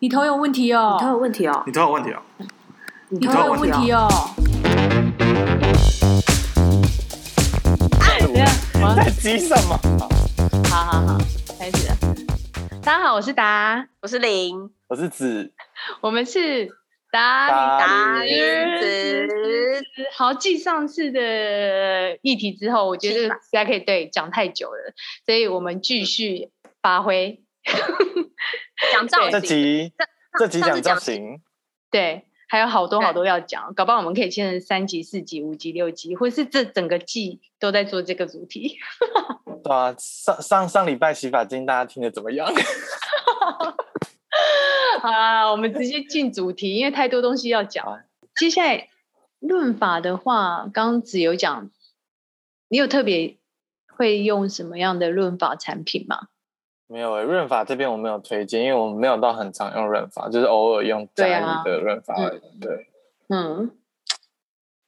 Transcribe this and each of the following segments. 你头有问题哦，你头有问题哦，你头有问题哦。你你头有问题哦。哦。等一下，我要在急什么？好好好，开始了。大家好，我是达，我是零，我是指我们是达达女女子。好，继上次的议题之后，我觉得这个实在可以对讲太久了，所以我们继续发挥。讲造哦这对型，集这集讲造型，对，还有好多对好多要讲，搞不好我们可以切成三集、四集、五集、六集，或是这整个季都在做这个主题。对啊，上上上礼拜洗发精大家听的怎么样？ 好啊啦，我们直接进主题，因为太多东西要讲好。接下来论法的话，刚刚子有讲，你有特别会用什么样的论法产品吗？没有诶、欸润发这边我没有推荐，因为我没有到很常用润发，就是偶尔用家对里啊的润发而已。对，嗯，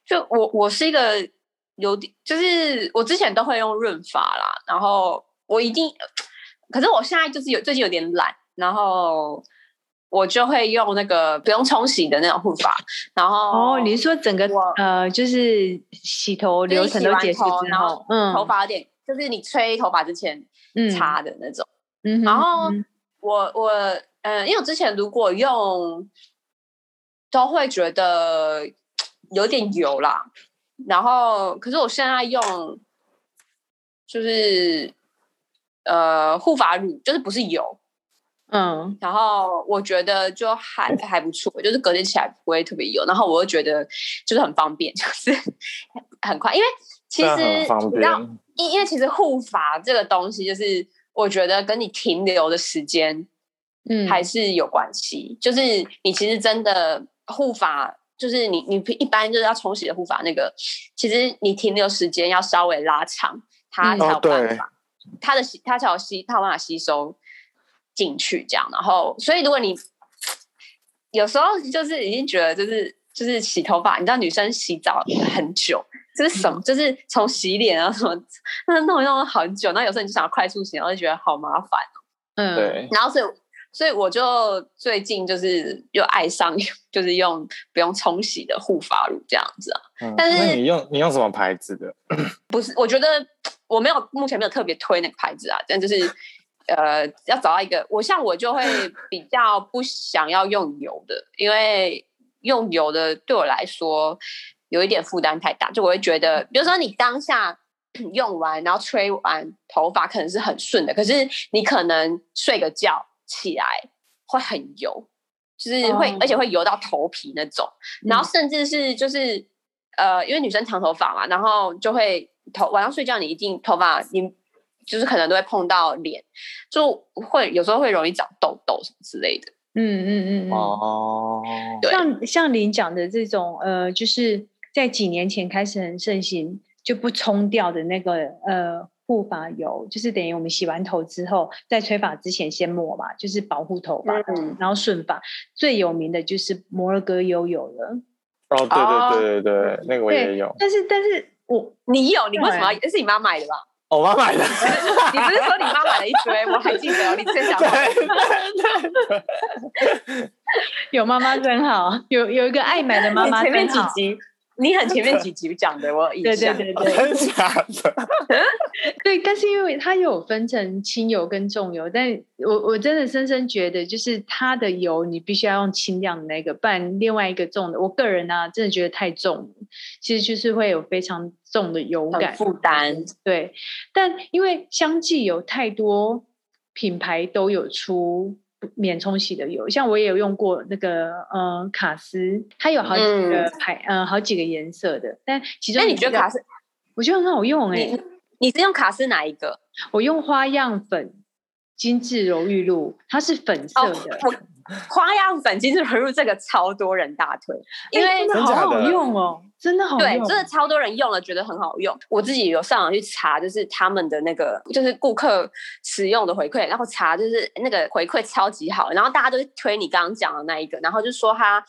就我我是一个有点，就是我之前都会用润发啦，然后我一定，可是我现在就是有最近有点懒，然后我就会用那个不用冲洗的那种护发，然后哦，你是说整个我呃，就是洗头就是流程都洗完结束头之然后后，嗯，头发有点，就是你吹头发之前嗯，擦的那种。嗯哼，然后嗯我我呃，因为我之前如果用，都会觉得有点油啦。然后，可是我现在用，就是呃护发乳，就是不是油。嗯，然后我觉得就还还不错，就是隔天起来不会特别油。然后我又觉得就是很方便， 就是很快，因为其这实样很方你知道便。因因为其实护发这个东西，就是我觉得跟你停留的时间嗯，还是有关系。就是你其实真的护发，就是你你一般就是要冲洗的护发那个，其实你停留时间要稍微拉长，它嗯才有哦对办法，它的吸它才有吸，它有办法吸收进去这样。然后，所以如果你有时候就是已经觉得就是就是洗头发，你知道女生洗澡很久。就是什么，嗯就是从洗脸啊什么， 那弄一弄很久，那有时候你就想要快速洗，然后就觉得好麻烦。嗯，对，然后所以所以我就最近就是又爱上 就是用不用冲洗的护发乳这样子啊。嗯但是那你用你用什么牌子的？我觉得我没有目前没有特别推那个牌子啊，但就是呃要找到一个，我像我就会比较不想要用油的，因为用油的对我来说有一点负担太大，就我会觉得，比如说你当下。用完，然后吹完头发可能是很顺的，可是你可能睡个觉起来会很油，就是会、哦而且会油到头皮那种。嗯然后甚至是就是呃，因为女生长头发嘛，然后就会头晚上睡觉，你一定头发你就是可能都会碰到脸，就会有时候会容易长痘痘什么之类的。嗯嗯嗯嗯，哦，对像像您讲的这种，呃，就是在几年前开始很盛行，就不冲掉的那个呃护发油，就是等于我们洗完头之后，在吹发之前先抹嘛，就是保护头发，嗯，然后顺发。最有名的就是摩洛哥油油了，哦，对哦对对对对对，那个我也对有，但是但是我你有你为什么对要？是你妈买的吧？哦我妈买的。你不是说你妈买了一堆？我还记得哦，你之前讲过。有妈妈真好， 有有一个爱买的妈你妈 前面真几好。集，你很前面几集讲的，我有印对对象。对对， 真假的？对，但是因为它有分成清油跟重油，但我我真的深深觉得，就是它的油你必须要用轻量的那个，不然另外一个重的，我个人啊真的觉得太重了，其实就是会有非常重的油很感。负担，对，但因为相继有太多品牌都有出免冲洗的油，像我也有用过那个呃卡斯，它有好几个牌，呃好几个颜色的，但其中嗯那你有一觉得个卡斯？我觉得很好用哎、你你你是用卡斯哪一个？我用花样粉精致柔玉露，它是粉哦色的，，我花样粉精致融入这个超多人大推，因哎为真的真好假好的用哦，真的好对，用，真的超多人用了，觉得很好用。我自己有上网去查，就是他们的那个，就是顾客使用的回馈，然后查就是那个回馈超级好，然后大家都推你刚刚讲的那一个，然后就说它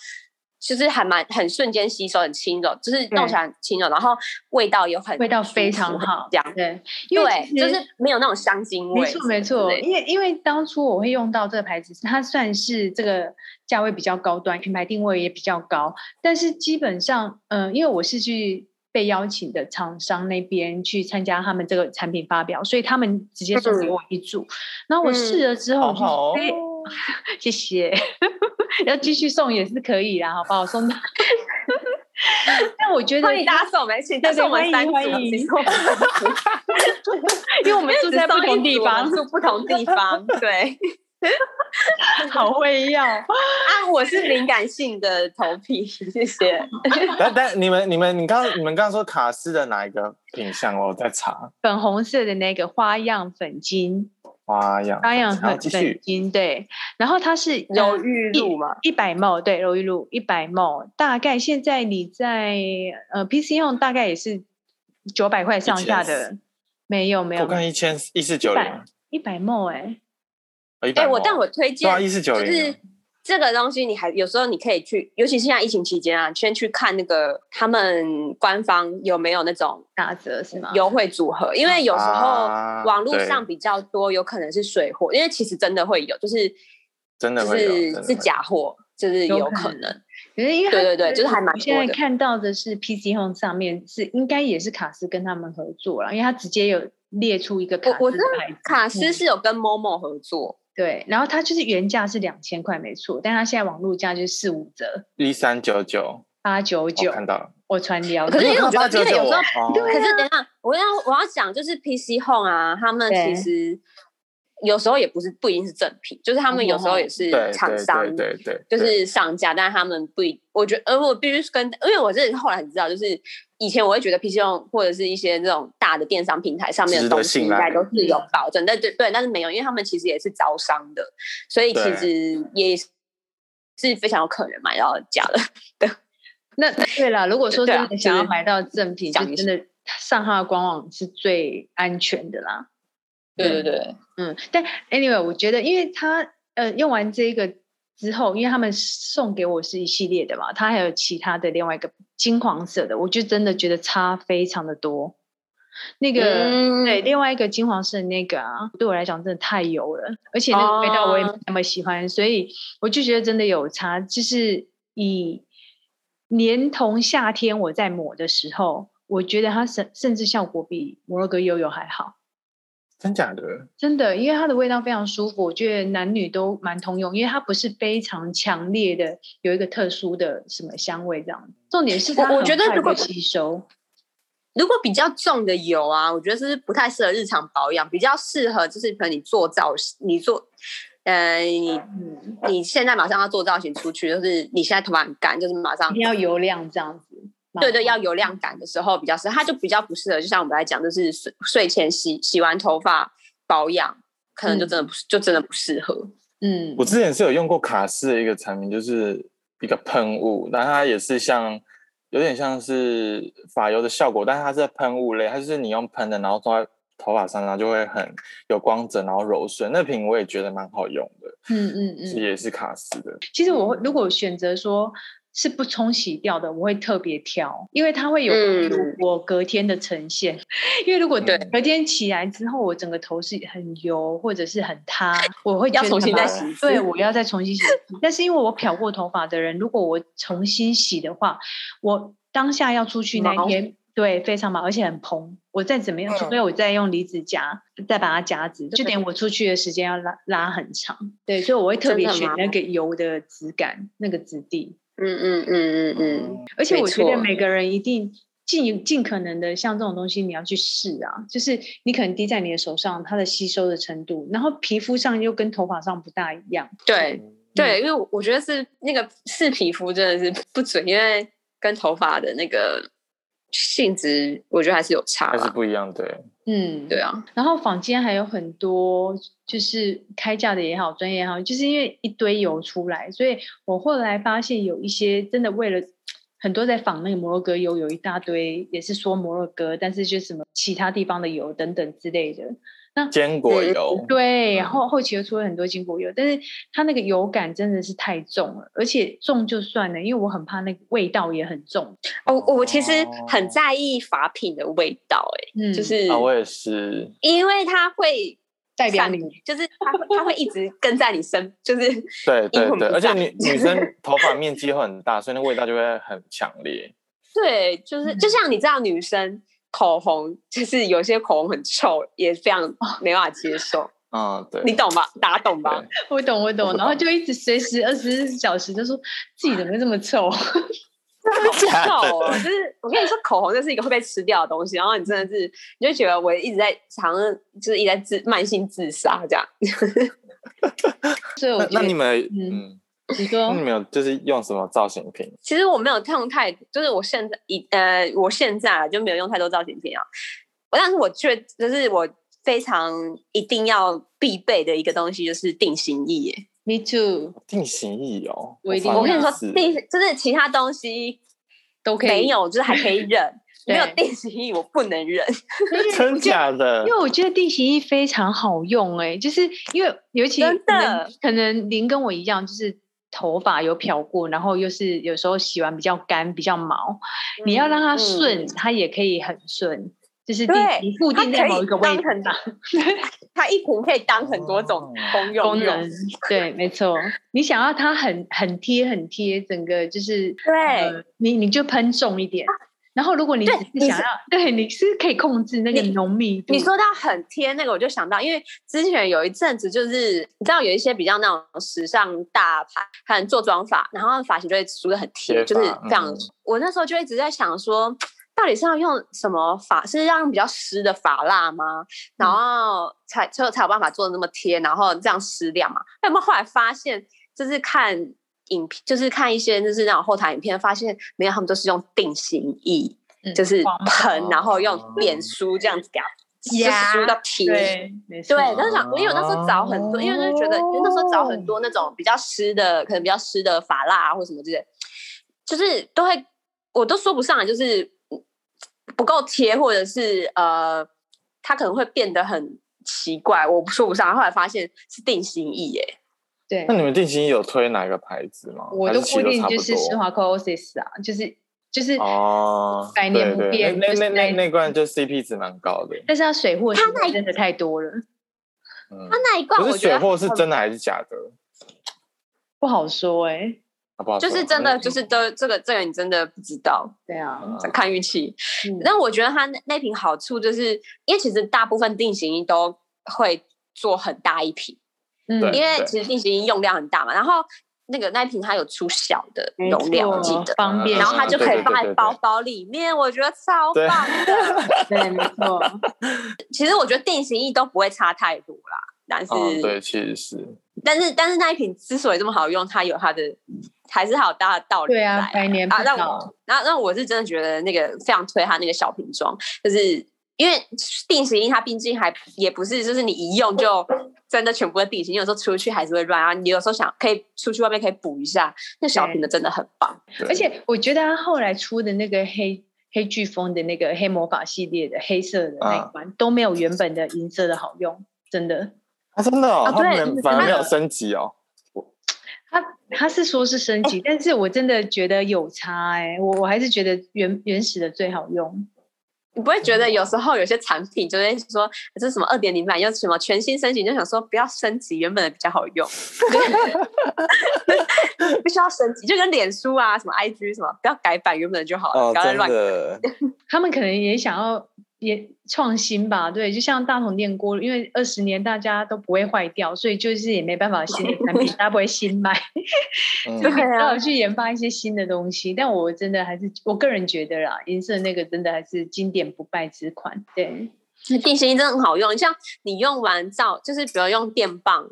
就是还蛮很瞬间吸收，很轻柔，就是弄起来很轻柔，然后味道也很味道非常舒服好香。对，因为对，其就实是没有那种香精味没什错么没之类的。错，因为因为当初我会用到这个牌子，它算是这个价位比较高端，品牌定位也比较高，但是基本上，呃，因为我是去被邀请的厂商那边去参加他们这个产品发表，所以他们直接嗯送给我一组，然后我试了之后，好我就好哦哎、谢谢， 要继续送也是可以啦，好不好？ 送到，但我觉得欢迎大家送我们一起，但是对我们三组，哦欢迎其实我们 因为我们住只在不送一同地组方我们，住不同地方。对 好会要。啊，我是敏感性的头皮，谢谢。 但但你们你们你刚你们刚刚说卡诗的哪一个品相？我在查粉红色的那个花样粉晶，花样。花样好粉继粉续。晶对，然后它是柔玉露嘛，一百毛对，柔玉露一百毛，大概现在你在呃 PC 用大概也是九百块上下的，没有没我有，看一千一四九零，啊一百毛哎，哎哎，我但我推对荐啊一四九就零是，这个东西，你还有时候你可以去，尤其是现在疫情期间啊，先去看那个他们官方有没有那种打折是吗？优惠组合，因为有时候啊网络对上比较多，有可能是水货，因为其实真的会有，就是真的就会有真是的是会假货，就是有有可可能能。可是因为它对对对就是还蛮我多现在的看到的是 PC Home 上面是应该也是卡斯跟他们合作了，因为它直接有列出一个卡我斯的牌子。卡嗯斯是有跟 Momo 合作，对，然后它就是原价是两千块没错，但它现在网络价就是四五折，一三九九，八九我九。看到了。我传聊，可是因为我觉得八九因为九有时候对哦可啊是等一下，我要我要讲，就是 PC Home 啊，他们对其实有时候也不是不一定是正品，就是他们有时候也是嗯对厂商哦对对对，就对是上架，但是他们不一，我觉得，呃，我必须跟，因为我是后来才知道，就是以前我会觉得 PC Home 或者是一些这种大的电商平台上面值的得东西，信应赖该都是有保证，但对对，但是没有，因为他们其实也是招商的，所以其对实也是非常有可能买到假的。那对啦，如果说对啊真的想要就是买到正品，讲就一真的上他的官网是最安全的啦。对对对，嗯，但 anyway，我觉得因为他呃用完这个之后，因为他们送给我是一系列的嘛，他还有其他的另外一个金黄色的，我就真的觉得差非常的多。那个、嗯对，另外一个金黄色的那个啊，对我来讲真的太油了，而且那个味道我也没那么喜欢，所以我就觉得真的有差，就是以连同夏天我在抹的时候，我觉得它甚甚至效果比摩洛哥悠悠还好。真假的，真的，因为它的味道非常舒服，我觉得男女都蛮通用，因为它不是非常强烈的有一个特殊的什么香味这样。重点是它我我觉得很快如果就吸收，如果比较重的油啊，我觉得是不太适合日常保养，比较适合就是可能你做造型，你做，呃，你嗯，你现在马上要做造型出去，就是你现在头发很干，就是马上一定要油亮这样子。对对，要油亮感的时候比较适合，它就比较不适合。就像我们来讲，就是睡睡前洗洗完头发保养，可能就真的不、就真的不适合。嗯我，之前是有用过卡诗的一个产品，就是一个喷雾，然后它也是像有点像是发油的效果，但是它是喷雾类，它就是你用喷的，然后装在头发上，然后就会很有光泽，然后柔顺。那瓶我也觉得蛮好用的，嗯嗯是嗯。也是卡诗的。其实我会如果选择说是不冲洗掉的，我会特别挑，因为它会有嗯我隔天的呈现。 因为如果对隔天起来之后，我整个头是很油或者是很塌，我会要觉得重新麻再烦洗一次对，我要再重新洗。但是因为我漂过头发的人，如果我重新洗的话，我当下要出去那一毛天，对，非常忙，而且很蓬。我再怎么样，除嗯非我再用离子夹再把它夹直，就等于我出去的时间要拉拉很长。对，所以我会特真别的选吗那个油的质感，那个质地。嗯嗯嗯嗯嗯，而且没我觉得错每个人一定尽尽可能的，像这种东西你要去试啊，就是你可能滴在你的手上，它的吸收的程度，然后皮肤上又跟头发上不大一样。对嗯对，因为我我觉得是那个是皮肤真的是不准，因为跟头发的那个性质，我觉得还是有差还是啦。不一样，对，嗯，对。啊，然后坊间还有很多就是开价的也好，专业也好，就是因为一堆油出来，所以我后来发现有一些真的为了。很多在仿那个摩洛哥油，有一大堆也是说摩洛哥，但是就什么其他地方的油等等之类的，那坚果油，对，后后期又出了很多坚果油，但是它那个油感真的是太重了，而且重就算了，因为我很怕那个味道也很 重。哦，我我其实哦很在意法品的味道、欸，嗯，就是啊，我也是，因为它会代表散你就是它会它会一直跟在你身，就是对对阴魂对，不而且散女女生头发面积会很大，所以那味道就会很强烈。对，就是就嗯像你知道，女生口红就是有些口红很臭，也非常没办法接受，嗯，对，你懂吧？大家懂吧哦对？我懂我 我懂，不然后懂就一直随时二十四小时就说自己怎么会这么臭，假的好臭哦！就是我跟你说，口红就是一个会被吃掉的东西，然后你真的是，你就觉得我一直在常就是一直在自慢性自杀这样。所以我那觉那得你们嗯嗯，你那说你们有就是用什么造型品？其实我没有用太，就是我现在以呃，我现在啊就没有用太多造型品啊。我但是我却就是我非常一定要必备的一个东西就是定型液耶。 me too 定型液哦，我一定发我跟你说现是，定就是其他东西都可以没，有，就是还可以忍。 对没有定型液我不能忍。 真假的因为，我觉得定型衣非常好用哎、就是因为尤其真可的能可能您跟我一样就是。头发有漂过，然后又是有时候洗完比较干、比较毛，你要让它顺，嗯它也可以很顺，就是定对型固它定在可某以一个位当置 很上。它一瓶可以当很多种功用功用能，对，没错。你想要它很很贴很贴，整个就是对呃你你就喷重一点。然后如果你只对是你想是要，对，你是可以控制那个你浓密度。你说到很贴那个，我就想到，因为之前有一阵子，就是你知道有一些比较那种时尚大牌，很做妆法，然后发型就会梳的很贴，贴就法是非常。嗯我那时候就一直在想说，到底是要用什么法？是要用比较湿的发蜡吗？嗯然后才才有才有办法做的那么贴，然后这样湿亮嘛？但我们后来发现，就是看影片，就是看一些就是那种后台影片，发现没有，他们都是用定型液，嗯就是黄喷，然后哦用脸梳这样子给它呀就是梳到皮。对，没错对，但是想，因为我那时候找很多，因为就觉得，因为那时候找很多那种比较湿的，可能比较湿的发蜡啊或什么之类，就是都会，我都说不上来，就是不够贴，或者是呃，它可能会变得很奇怪，我说不上来。后来发现是定型液，耶，对那，你们定型液有推哪个牌子吗？我还都是其固实定差不就是施多华蔻 Oasis 啊，就是就是，哦，百年对不对变那就是那那那那那罐就 CP 值蛮高的，但是它水货它型的那真的太多了，嗯它，啊那一罐可我是觉水得货是很真的还是假的？不好说哎。好不好就说？是真的，嗯就是都这个这个你真的不知道，对啊，嗯看运气。嗯但我觉得它那那瓶好处就是，因为其实大部分定型液都会做很大一瓶，嗯对因为对其实定型液用量很大嘛。然后那个那一瓶它有出小的没容量，我记错得。方便，然后它就嗯对可以对放对在对包对包里面，我觉得超对棒的。 对，没错，其实我觉得定型液都不会差太多啦，但是、嗯，对，其实是但是但是那一瓶之所以这么好用，它有它的还是好大的道理对在啊，百年不啊，那倒。我那那我是真的觉得那个非常推他那个小瓶装，就是因为定型液它毕竟还也不是就是你一用就真的全部的定型，有时候出去还是会乱啊。你有时候想可以出去外面可以补一下，那小瓶的真的很棒。而且我觉得他后来出的那个黑黑飓风的那个黑魔法系列的黑色的那一款、都没有原本的银色的好用，真的。啊，真的哦啊，他对们反而那没有个升级哦。他他是说是升级，但是我真的觉得有差哎、我我还是觉得原原始的最好用。你不会觉得有时候有些产品就会说这是什么二点零版，又什么全新升级，你就想说不要升级，原本的比较好用， 不需要升级，就跟脸书啊、什么 IG 什么，不要改版原本的就好了，哦，不要再真乱的， 他们可能也想要也创新吧，对，就像大同电锅，因为二十年大家都不会坏掉，所以就是也没办法新的产品，大家不会新买，嗯就对比啊 较去研发一些新的东西。但我真的还是我个人觉得啦，银色那个真的还是经典不败之款，对，定型液真的很好用，像你用完皂，就是比如用电棒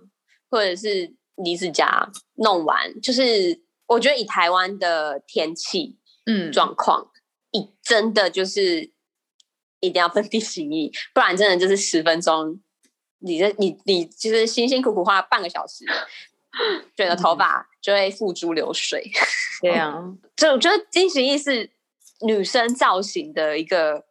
或者是离子夹弄完，就是我觉得以台湾的天气嗯，状况，一真的就是一定要喷定型液，不然真的就是十分钟，你这你你就是辛辛苦苦花了半个小时，觉得头发就会付诸流水。 对啊，这我觉得定型液是女生造型的一个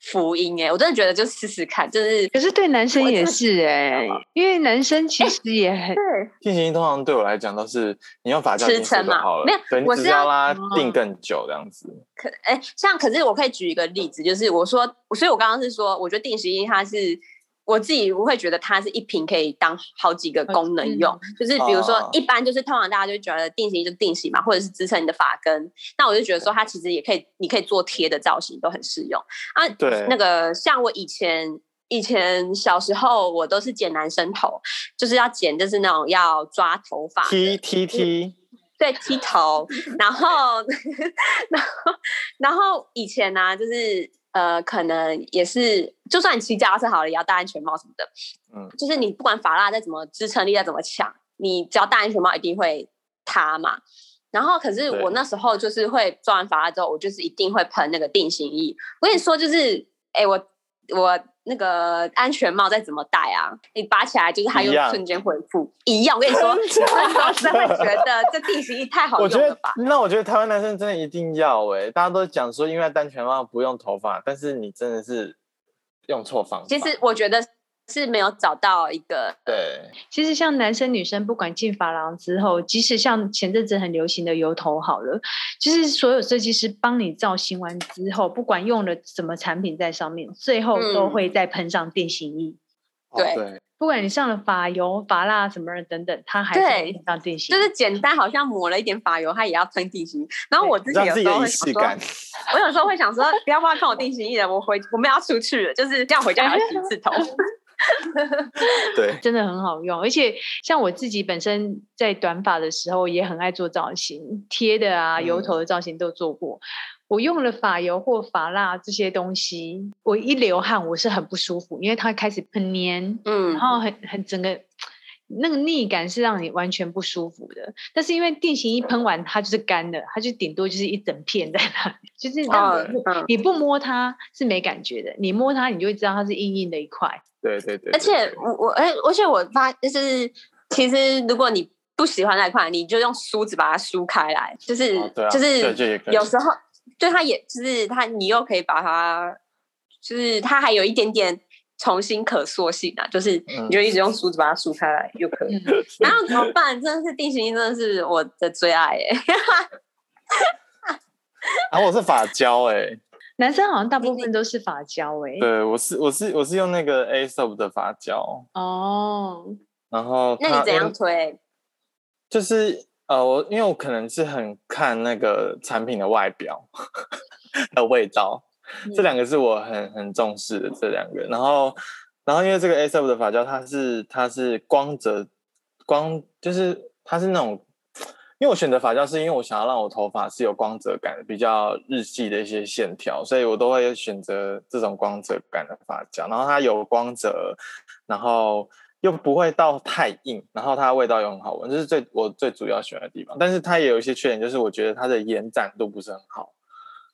福音哎、我真的觉得就试试看，就是可是对男生我也真的是哎、因为男生其实也很、对进行通常对我来讲都是你用法教吃进去撑就嘛好了，没有对，你我只是是要要哦拉定更久这样子。可哎、像可是我可以举一个例子，就是我说，所以我刚刚是说，我觉得定时衣它是我自己不会觉得它是一瓶可以当好几个功能用，就是比如哦说一般就是通常大家就觉得定型就定型嘛，或者是支撑你的发根，那我就觉得说它其实也可以，你可以做贴的造型都很适用啊。对那个像我以前。以前小时候，我都是剪男生头，就是要剪，就是那种要抓头发的 T T T，对，剃头，然后，然后，然后以前呢、就是呃，可能也是，就算你骑脚踏车好了，也要戴安全帽什么的。嗯，就是你不管法拉再怎么支撑力再怎么强，你只要戴安全帽一定会塌嘛。然后，可是对我那时候就是会抓完法拉之后，我就是一定会喷那个定型液。我跟你说，就是，哎，我我那个安全帽再怎么戴啊，你拔起来就是它一又样瞬间恢复一样。我跟你 说，很多人会觉得这定型衣太好我觉用了得吧？那我觉得台湾男生真的一定要哎、大家都讲说因为单全帽不用头发，但是你真的是用错方法。其实我觉得是没有找到一个对，其实像男生女生，不管进发廊之后，即使像前阵子很流行的油头好了，就是所有设计师帮你造型完之后，不管用了什么产品在上面，最后都嗯会再喷上定型液。哦对对，不管你上了发油、发蜡什么的等等，它还对是会上定型就液。是简单，好像抹了一点发油，它也要喷定型液。然后我之前让有自己时候的会仪想式说， 感。我有时候会想 说，不要不要看我定型液了，我回我们要出去了，就是这样回家还要洗一 次头。对，真的很好用，而且像我自己本身在短发的时候也很爱做造型，贴的啊、油嗯头的造型都做过。我用了发油或发蜡这些东西，我一流汗我是很不舒服，因为它开始很黏，嗯然，后很很整个那个腻感是让你完全不舒服的。但是因为定型一喷完，它就是干的，它就顶多就是一整片在那里，就是你哦不嗯你不摸它是没感觉的，你摸它你就会知道它是硬硬的一块。对对对。而且对我我而而且我发就是，其实如果你不喜欢那一块，你就用梳子把它梳开来，就是、哦对啊，就对是这也可以有时候对它也就是它，你又可以把它，就是它还有一点点重新可塑性啊，就是嗯你就一直用梳子把它梳开来又可嗯以。然后怎么办？真的是定型衣，真的是我的最爱耶、然后我是发胶哎、男生好像大部你分都是发胶欸诶、对我是我是我是用那个 Aesop 的发胶，哦，然后那它你怎我样推？就是呃，我因为我可能是很看那个产品的外表 还有味道，嗯这两个是我很很重视的这两个。然后，然后因为这个 S F 的发胶，它是它是光泽光，就是它是那种，因为我选择发胶是因为我想要让我头发是有光泽感的，比较日系的一些线条，所以我都会选择这种光泽感的发胶。然后它有光泽，然后。又不会到太硬，然后它的味道又很好闻，这是最我最主要喜欢的地方。但是它也有一些缺点，就是我觉得它的延展度不是很好，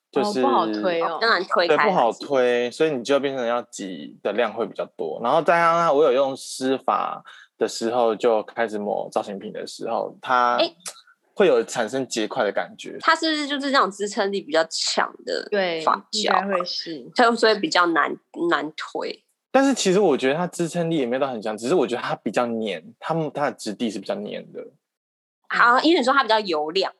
就哦是、不好推哦当然推对，开不好来推，所以你就变成要挤的量会比较多。然后再加上我有用施法的时候，就开始抹造型品的时候，它诶会有产生结块的感觉。它是不是就是那种支撑力比较强的对发，应胶该？会是。所以所以比较难难推。但是其实我觉得它支撑力也没有到很强，只是我觉得它比较黏，它们它的质地是比较黏的。嗯啊，因为你说它比较油亮，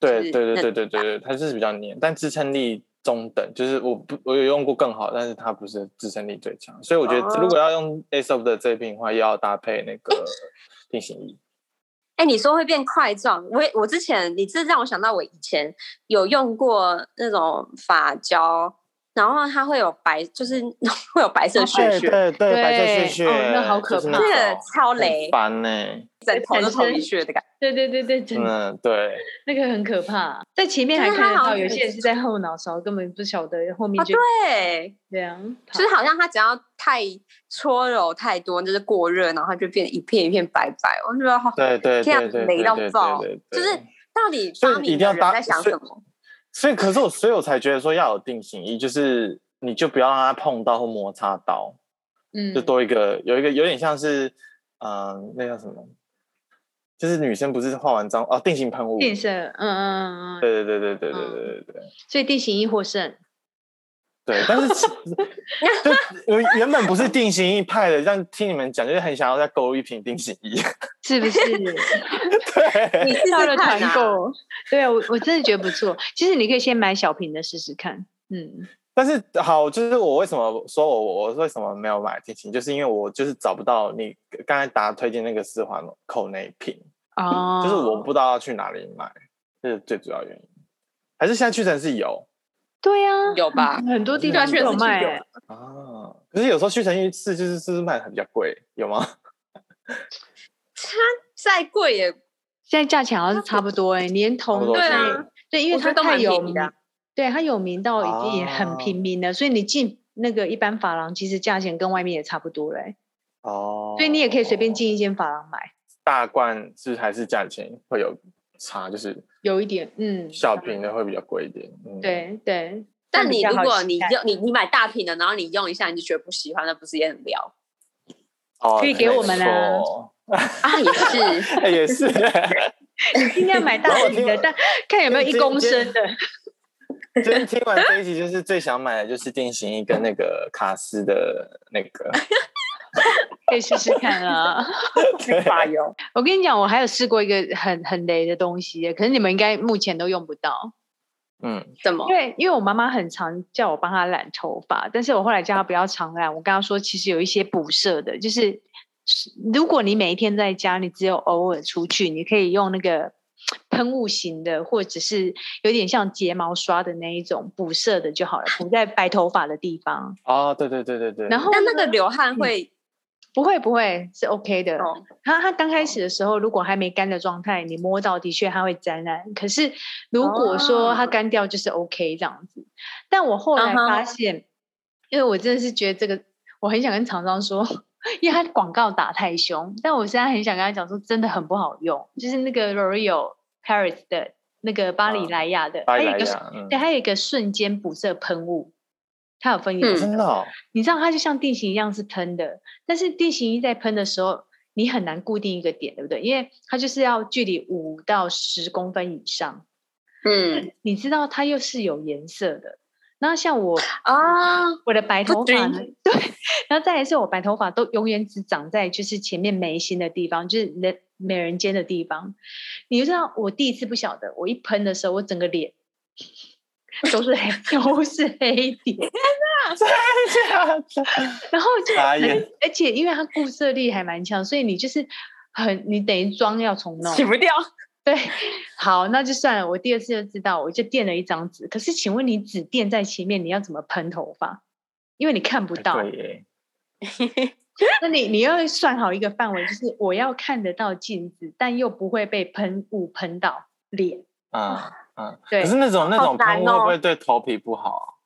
对是对对那对对对对，它就是比较黏，但支撑力中等，就是我不我有用过更好，但是它不是支撑力最强，所以我觉得哦如果要用 Aesop 的这一瓶的话，要搭配那 个定型液。哎、你说会变块状，我也我之前你这让我想到我以前有用过那种发胶，然后它会有白，就是 会有白色屑屑，哦对对哦对，白色对血血，哦那好可就是怕哦那那个种超很雷，烦呢、枕头都头皮屑的感觉。对对对对，真的、欸嗯，对，那个很可怕，在前面还就是它看得好到，像有是些人是在后脑勺，根本不晓得后面哦啊，就、对，这样。就是好像它只要太搓揉太多，就是过热，然后它就变一片一片白白，我觉得好。对对这样对对雷到对对爆对对，就是到底所以发一明定要的人搭在想所以什么？所以可是我，所以我才觉得说要有定型衣，就是你就不要让它碰到或摩擦到，嗯就多一个有一个有点像是，嗯、那叫什么？就是女生不是化完妆哦，定型喷雾，变色，嗯嗯嗯嗯，对对对对对对对对对，所以地形一获胜。对，但是 其就我原本不是定型一派的，但听你们讲，就是很想要再购入一 瓶定型液。是不是？对，你试试到了看团啊！购，对啊，我我真的觉得不错。其实你可以先买小瓶的试试看。嗯，但是好，就是我为什么说我我为什么没有买定型，就是因为我就是找不到你刚才答推荐那个四环口那一瓶，哦，嗯就是我不知道要去哪里买，这是最主要原因。还是现在屈臣氏有对啊，有吧？很多地对啊方确都实有是卖有欸。啊？可是有时候屈臣氏就是是不是卖的比较贵，有吗？再贵也现在价钱好像是差不多哎、欸，连差不同多对是啊不是对，因为我觉它得都太蛮有便宜名的啊，对它有名到已经也很哦平民了，所以你进那个一般发廊，其实价钱跟外面也差不多嘞、欸，哦，所以你也可以随便进一间发廊买，大罐，是不是还是价钱会有差，就是有一点，嗯，小瓶的会比较贵一点。嗯，，对 对。但比你较如好果携你带用你你买大瓶的，然后你用一下你就觉得不喜欢，那不是也很撩哦，可以给我们啊没错 啊？也 是，哎 也是，你尽量买大我瓶听的，了但 看有没有一今公今升的。今天听完这一集，就是最想买的就是定型衣跟那个卡斯的 那个。可以试试看啊！ 对发油。我跟你讲，我还有试过一个很很雷的东西耶，可是你们应该目前都用不到，嗯，怎么因？为因为我妈妈很常叫我帮她染头发，但是我后来叫她不要常染，我跟她说其实有一些补色的，就是是如果你每一天在家，你只有偶尔出去，你可以用那个。喷雾型的，或者是有点像睫毛刷的那一种补色的就好了，补在白头发的地方。哦，对对对对对。然后但那呢个流汗会不会不会是 OK 的，哦，它它刚开始的时候，如果还没干的状态，你摸到的确它会沾染。可是如果说它哦干掉，就是 OK 这样子。但我后来嗯哼发现，因为我真的是觉得这个，我很想跟厂商说， 因为它广告打太凶。但我现在很想跟他讲说，真的很不好用，就是那个 L'Oreal Paris 的那个巴黎嗯莱雅的，巴还黎有一莱个雅，嗯对，，还有一个瞬间补色喷雾，它有分颜嗯色。真的哦，你知道它就像定型一样是喷的，但是定型一在喷的时候，你很难固定一个点，对不对？因为它就是要距离五到十公分以上，嗯你知道它又是有颜色的。那像我啊，我的白不头发呢均？对，然后再来是我白头发都永远只长在就是前面眉心的地方，就是你的美人尖的地方。你就知道，我第一次不晓得，我一喷的时候，我整个脸 都是黑， 都是黑点。然后就傻而眼而且因为它固色力还蛮强，所以你就是很你等于妆要重弄洗。不掉。对，好，那就算了。我第二次就知道，我就垫了一张纸。可是，请问你纸垫在前面，你要怎么喷头发？因为你看 不到哎对，耶，那你你要算好一个范围，就是我要看得到镜子，但又不会被喷雾喷到脸。啊啊，对可是那种那种难喷雾会不哦会对头皮不好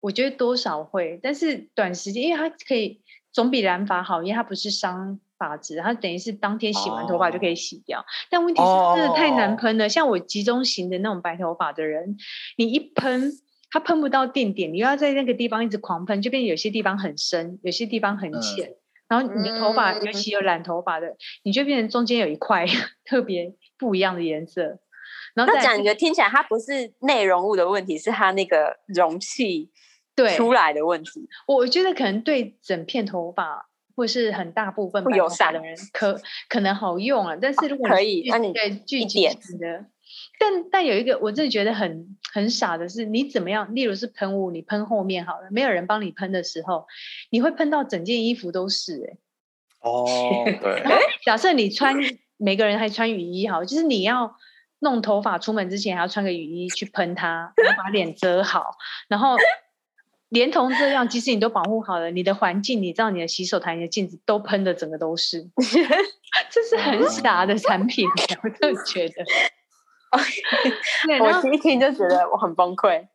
我觉得多少会，但是短时间，因为它可以总比染发好，因为它不是伤发质，它等于是当天洗完头发就哦可以洗掉。但问题是它真的太难喷了，像我集中型的那种白头发的人，你一喷。它喷不到定点，你又要在那个地方一直狂喷，就变有些地方很深，有些地方很嗯浅，然后你的头发，尤嗯其有染头发的，你就变成中间有一块 特别不一样的颜色。然后那再来感觉听起来它不是内容物的问题，是它那个容器对，出来的问题。我我觉得可能对整片头发或是很大部分不白友头发善哦的人可可能好用啊，但是如果可是以聚那你对聚一集点型的，但但有一个我真的觉得很很傻的是，你怎么样？例如是喷雾，你喷后面好了，没有人帮你喷的时候，你会喷到整件衣服都是、欸。哦？ 对，哎假设你穿每个人还穿雨衣好，就是你要弄头发出门之前还要穿个雨衣去喷它，然后把脸遮好，然后连同这样，即使你都保护好了，你的环境，你知道你的洗手台、你的镜子都喷的整个都是， 这是哦很傻的产品， 我真的觉得。对，然后哦 我一听就觉得我很崩溃。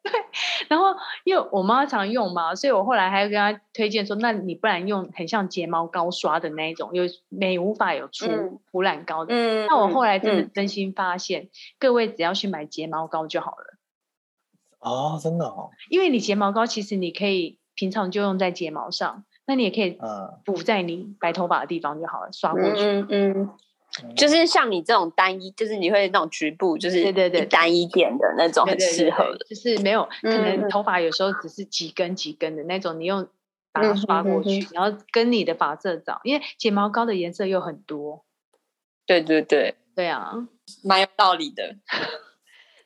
然后因为我妈常用嘛，所以我后来还跟她推荐说，那你不然用很像睫毛膏刷的那一种，有美无法有嗯除污染膏的，嗯，那我后来真的嗯真心发现，各位只要去买睫毛膏就好了，哦，真的哦，因为你睫毛膏其实你可以平常就用在睫毛上，那你也可以嗯，补在你白头发的地方就好了，刷过去。嗯嗯嗯，就是像你这种单一，就是你会那种局部，就是对对对一单一点的那种，对很对适对合对的。就是没有可嗯能嗯头发有时候只是几根几根的那种，你用把它嗯刷哼过嗯哼去，然后跟你的发色找，因为睫毛膏的颜色又很多，对对对，对啊。蛮有道理的。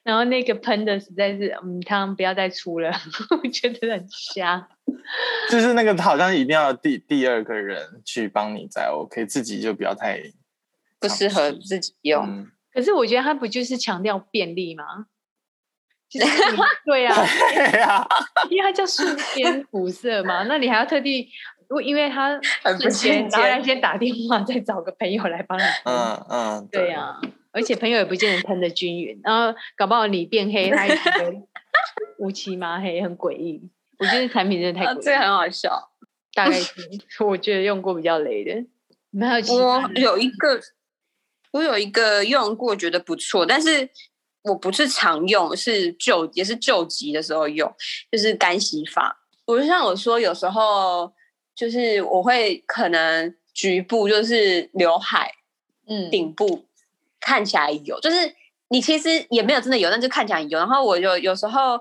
然后那个喷的实在是，嗯，汤不要再出了， 我觉得很瞎。就是那个好像一定要第第二个人去帮你才 OK，自己就不要太不适合尝试自己用，嗯 可是我觉得它不就是强调便利吗？ 就是你对啊，对呀、因为它叫瞬间补色嘛，那你还要特地，我因为它很 瞬间，然后然要先打电话，再找个朋友来帮你喷。嗯嗯，对呀、而且朋友也不见得喷的均匀，然后搞不好你变黑，他也觉得 乌漆麻黑，很诡异。我觉得产品真的太诡后异这个了，很好笑。大概是我觉得用过比较雷的。你们还有其他我的有一个，我有一个用过，觉得不错，但是我不是常用，是救也是救急的时候用，就是干洗法。我就像我说，有时候就是我会可能局部就是刘海嗯顶部看起来有，就是你其实也没有真的有，但就看起来有。然后我就有时候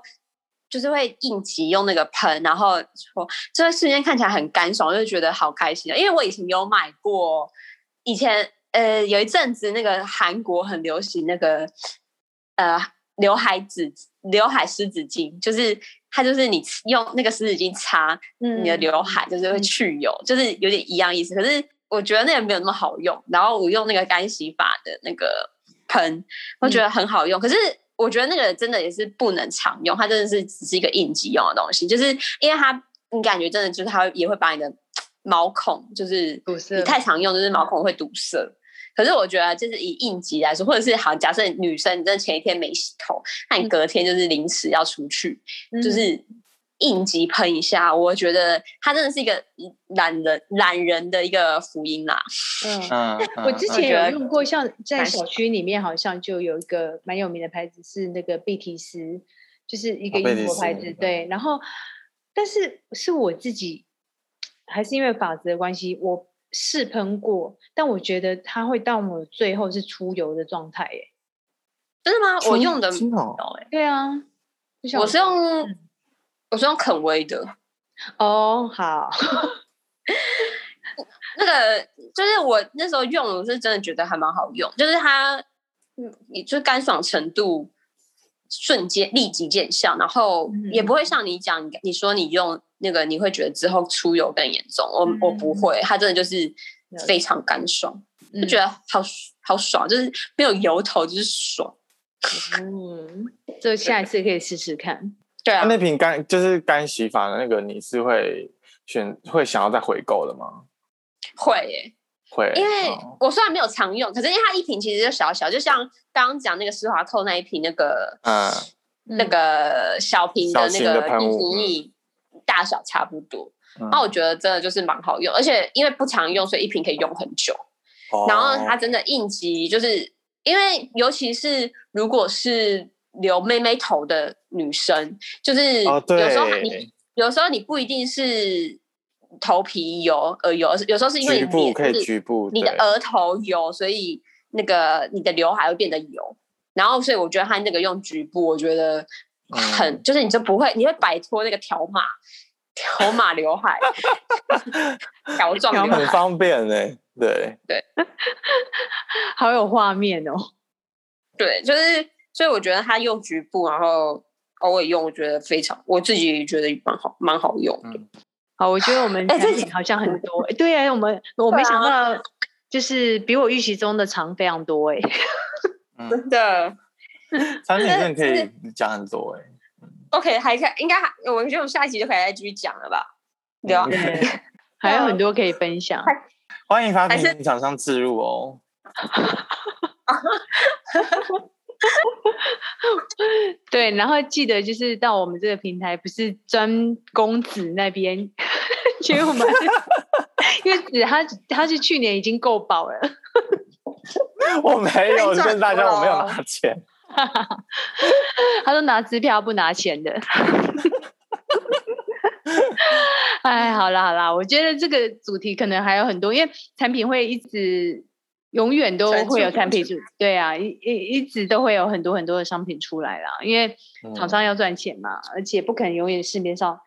就是会应急用那个喷，然后说这段时间看起来很干爽，就觉得好开心啊。因为我以前有买过，以前呃有一阵子那个韩国很流行那个呃刘海纸刘海湿纸巾，就是它就是你用那个湿纸巾擦，嗯你的刘海就是会去油，就是有点一样意思。可是我觉得那个没有那么好用。然后我用那个干洗法的那个喷，我嗯觉得很好用。可是我觉得那个真的也是不能常用，它真的是只是一个应急用的东西，就是因为它你感觉真的就是它也会把你的毛孔就是堵塞你太常用就是毛孔会堵塞。可是我觉得，就是以应急来说，或者是好，假设女生你真的前一天没洗头，那你隔天就是临时要出去，就、嗯是应急喷一下，我觉得它真的是一个懒人懒人的一个福音啦。嗯嗯，嗯我之嗯觉前得有用过，像在蛮喜小区里面好像就有一个蛮有名的牌子是那个贝蒂斯，就是一个哦贝英蒂国斯牌子。对，然后但是是我自己，还是因为法则的关系，我试喷过，但我觉得它会到我最后是出油的状态。耶。真的吗？我用的真的哦哦对啊，就像我是用嗯我是用肯威的，哦好，那个就是我那时候用，我是真的觉得还蛮好用，就是它，嗯，也就是干爽程度瞬间立即见效，然后嗯也不会像你讲，你说你用那个，你会觉得之后出油更严重。我、嗯我不会，它真的就是了解非常干爽，嗯就觉得好好爽，就是没有油头，就是爽。嗯，就下一次可以试试看。对啊那，那瓶干就是干洗法的那个，你是会选会想要再回购的吗？会耶、会，因为哦我虽然没有常用，可是因为它一瓶其实就小小，就像刚刚讲那个施华蔻那一瓶那个，嗯那个小瓶的那小型的个喷比雾基尼大小差不多。嗯那、我觉得真的就是蛮好用，而且因为不常用，所以一瓶可以用很久。哦然后它真的应急，就是因为尤其是如果是留妹妹头的女生，就是哦对有时候你有时候你不一定是头皮油呃油，而是有时候是因为局你部脸可就以是局部，你的对额头油，所以那个你的刘海会变得油。然后，所以我觉得它那个用局部，我觉得很、嗯就是你就不会，你会摆脱那个条码条码刘海 条状刘很海。方便呢。对，好有画面哦。对，就是所以我觉得它用局部，然后偶尔用，我觉得非常，我自己觉得蛮好，蛮好用嗯的。好，我觉得我们哎产这品好像很多。哎对呀、我们我对没想啊到，就是比我预期中的长非常多哎、嗯，真的产品真的可以讲很多哎。 ，OK，还可以应该还，我觉得我们下一集就可以再继续讲了吧？对啊嗯，对，还有很多可以分享。欢迎发还是品厂商置入哦。啊对，然后记得就是到我们这个平台，不是专攻子那边， 因为我们 因为子他他是去年已经够饱了，我没太有，跟大家我没有赚了拿钱。他都拿支票不拿钱的。哎，好啦好啦，我觉得这个主题可能还有很多，因为产品会一直永远都产会有出产品出，对啊，一一一直都会有很多很多的商品出来啦，因为嗯厂商要赚钱嘛，而且不可能永远市面上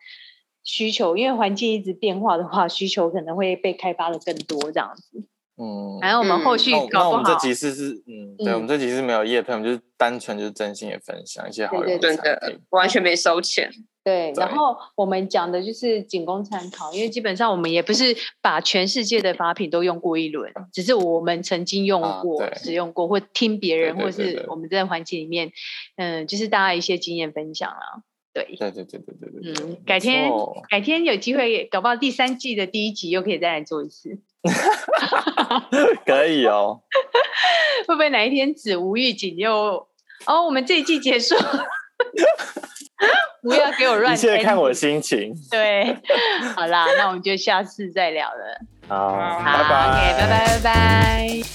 需求，因为环境一直变化的话，需求可能会被开发的更多这样子。嗯，然后我们嗯后续那我那搞我不们这好，集是是嗯，对，嗯我们这集是没有叶配，我们就是单纯就是真心的分享一些好对用真的的产品。 完全没收钱。对，对然后我们讲的就是仅供参考，因为基本上我们也不是把全世界的法品都用过一轮，只是我们曾经用嗯啊过、对使用过，或听别人，对对对或对是我们在环境里面，嗯、就是大家一些经验分享啦。对，对对对对对对对，嗯，改天没错改天有机会，搞不好第三季的第一集又可以再来做一次，可以哦。会不会哪一天子无预警又哦，我们这一季结束， 不要给 我乱一切看我 ending 心情。对，好啦，那我们就下次再聊了。好，好拜好拜， ，OK，拜拜，拜拜。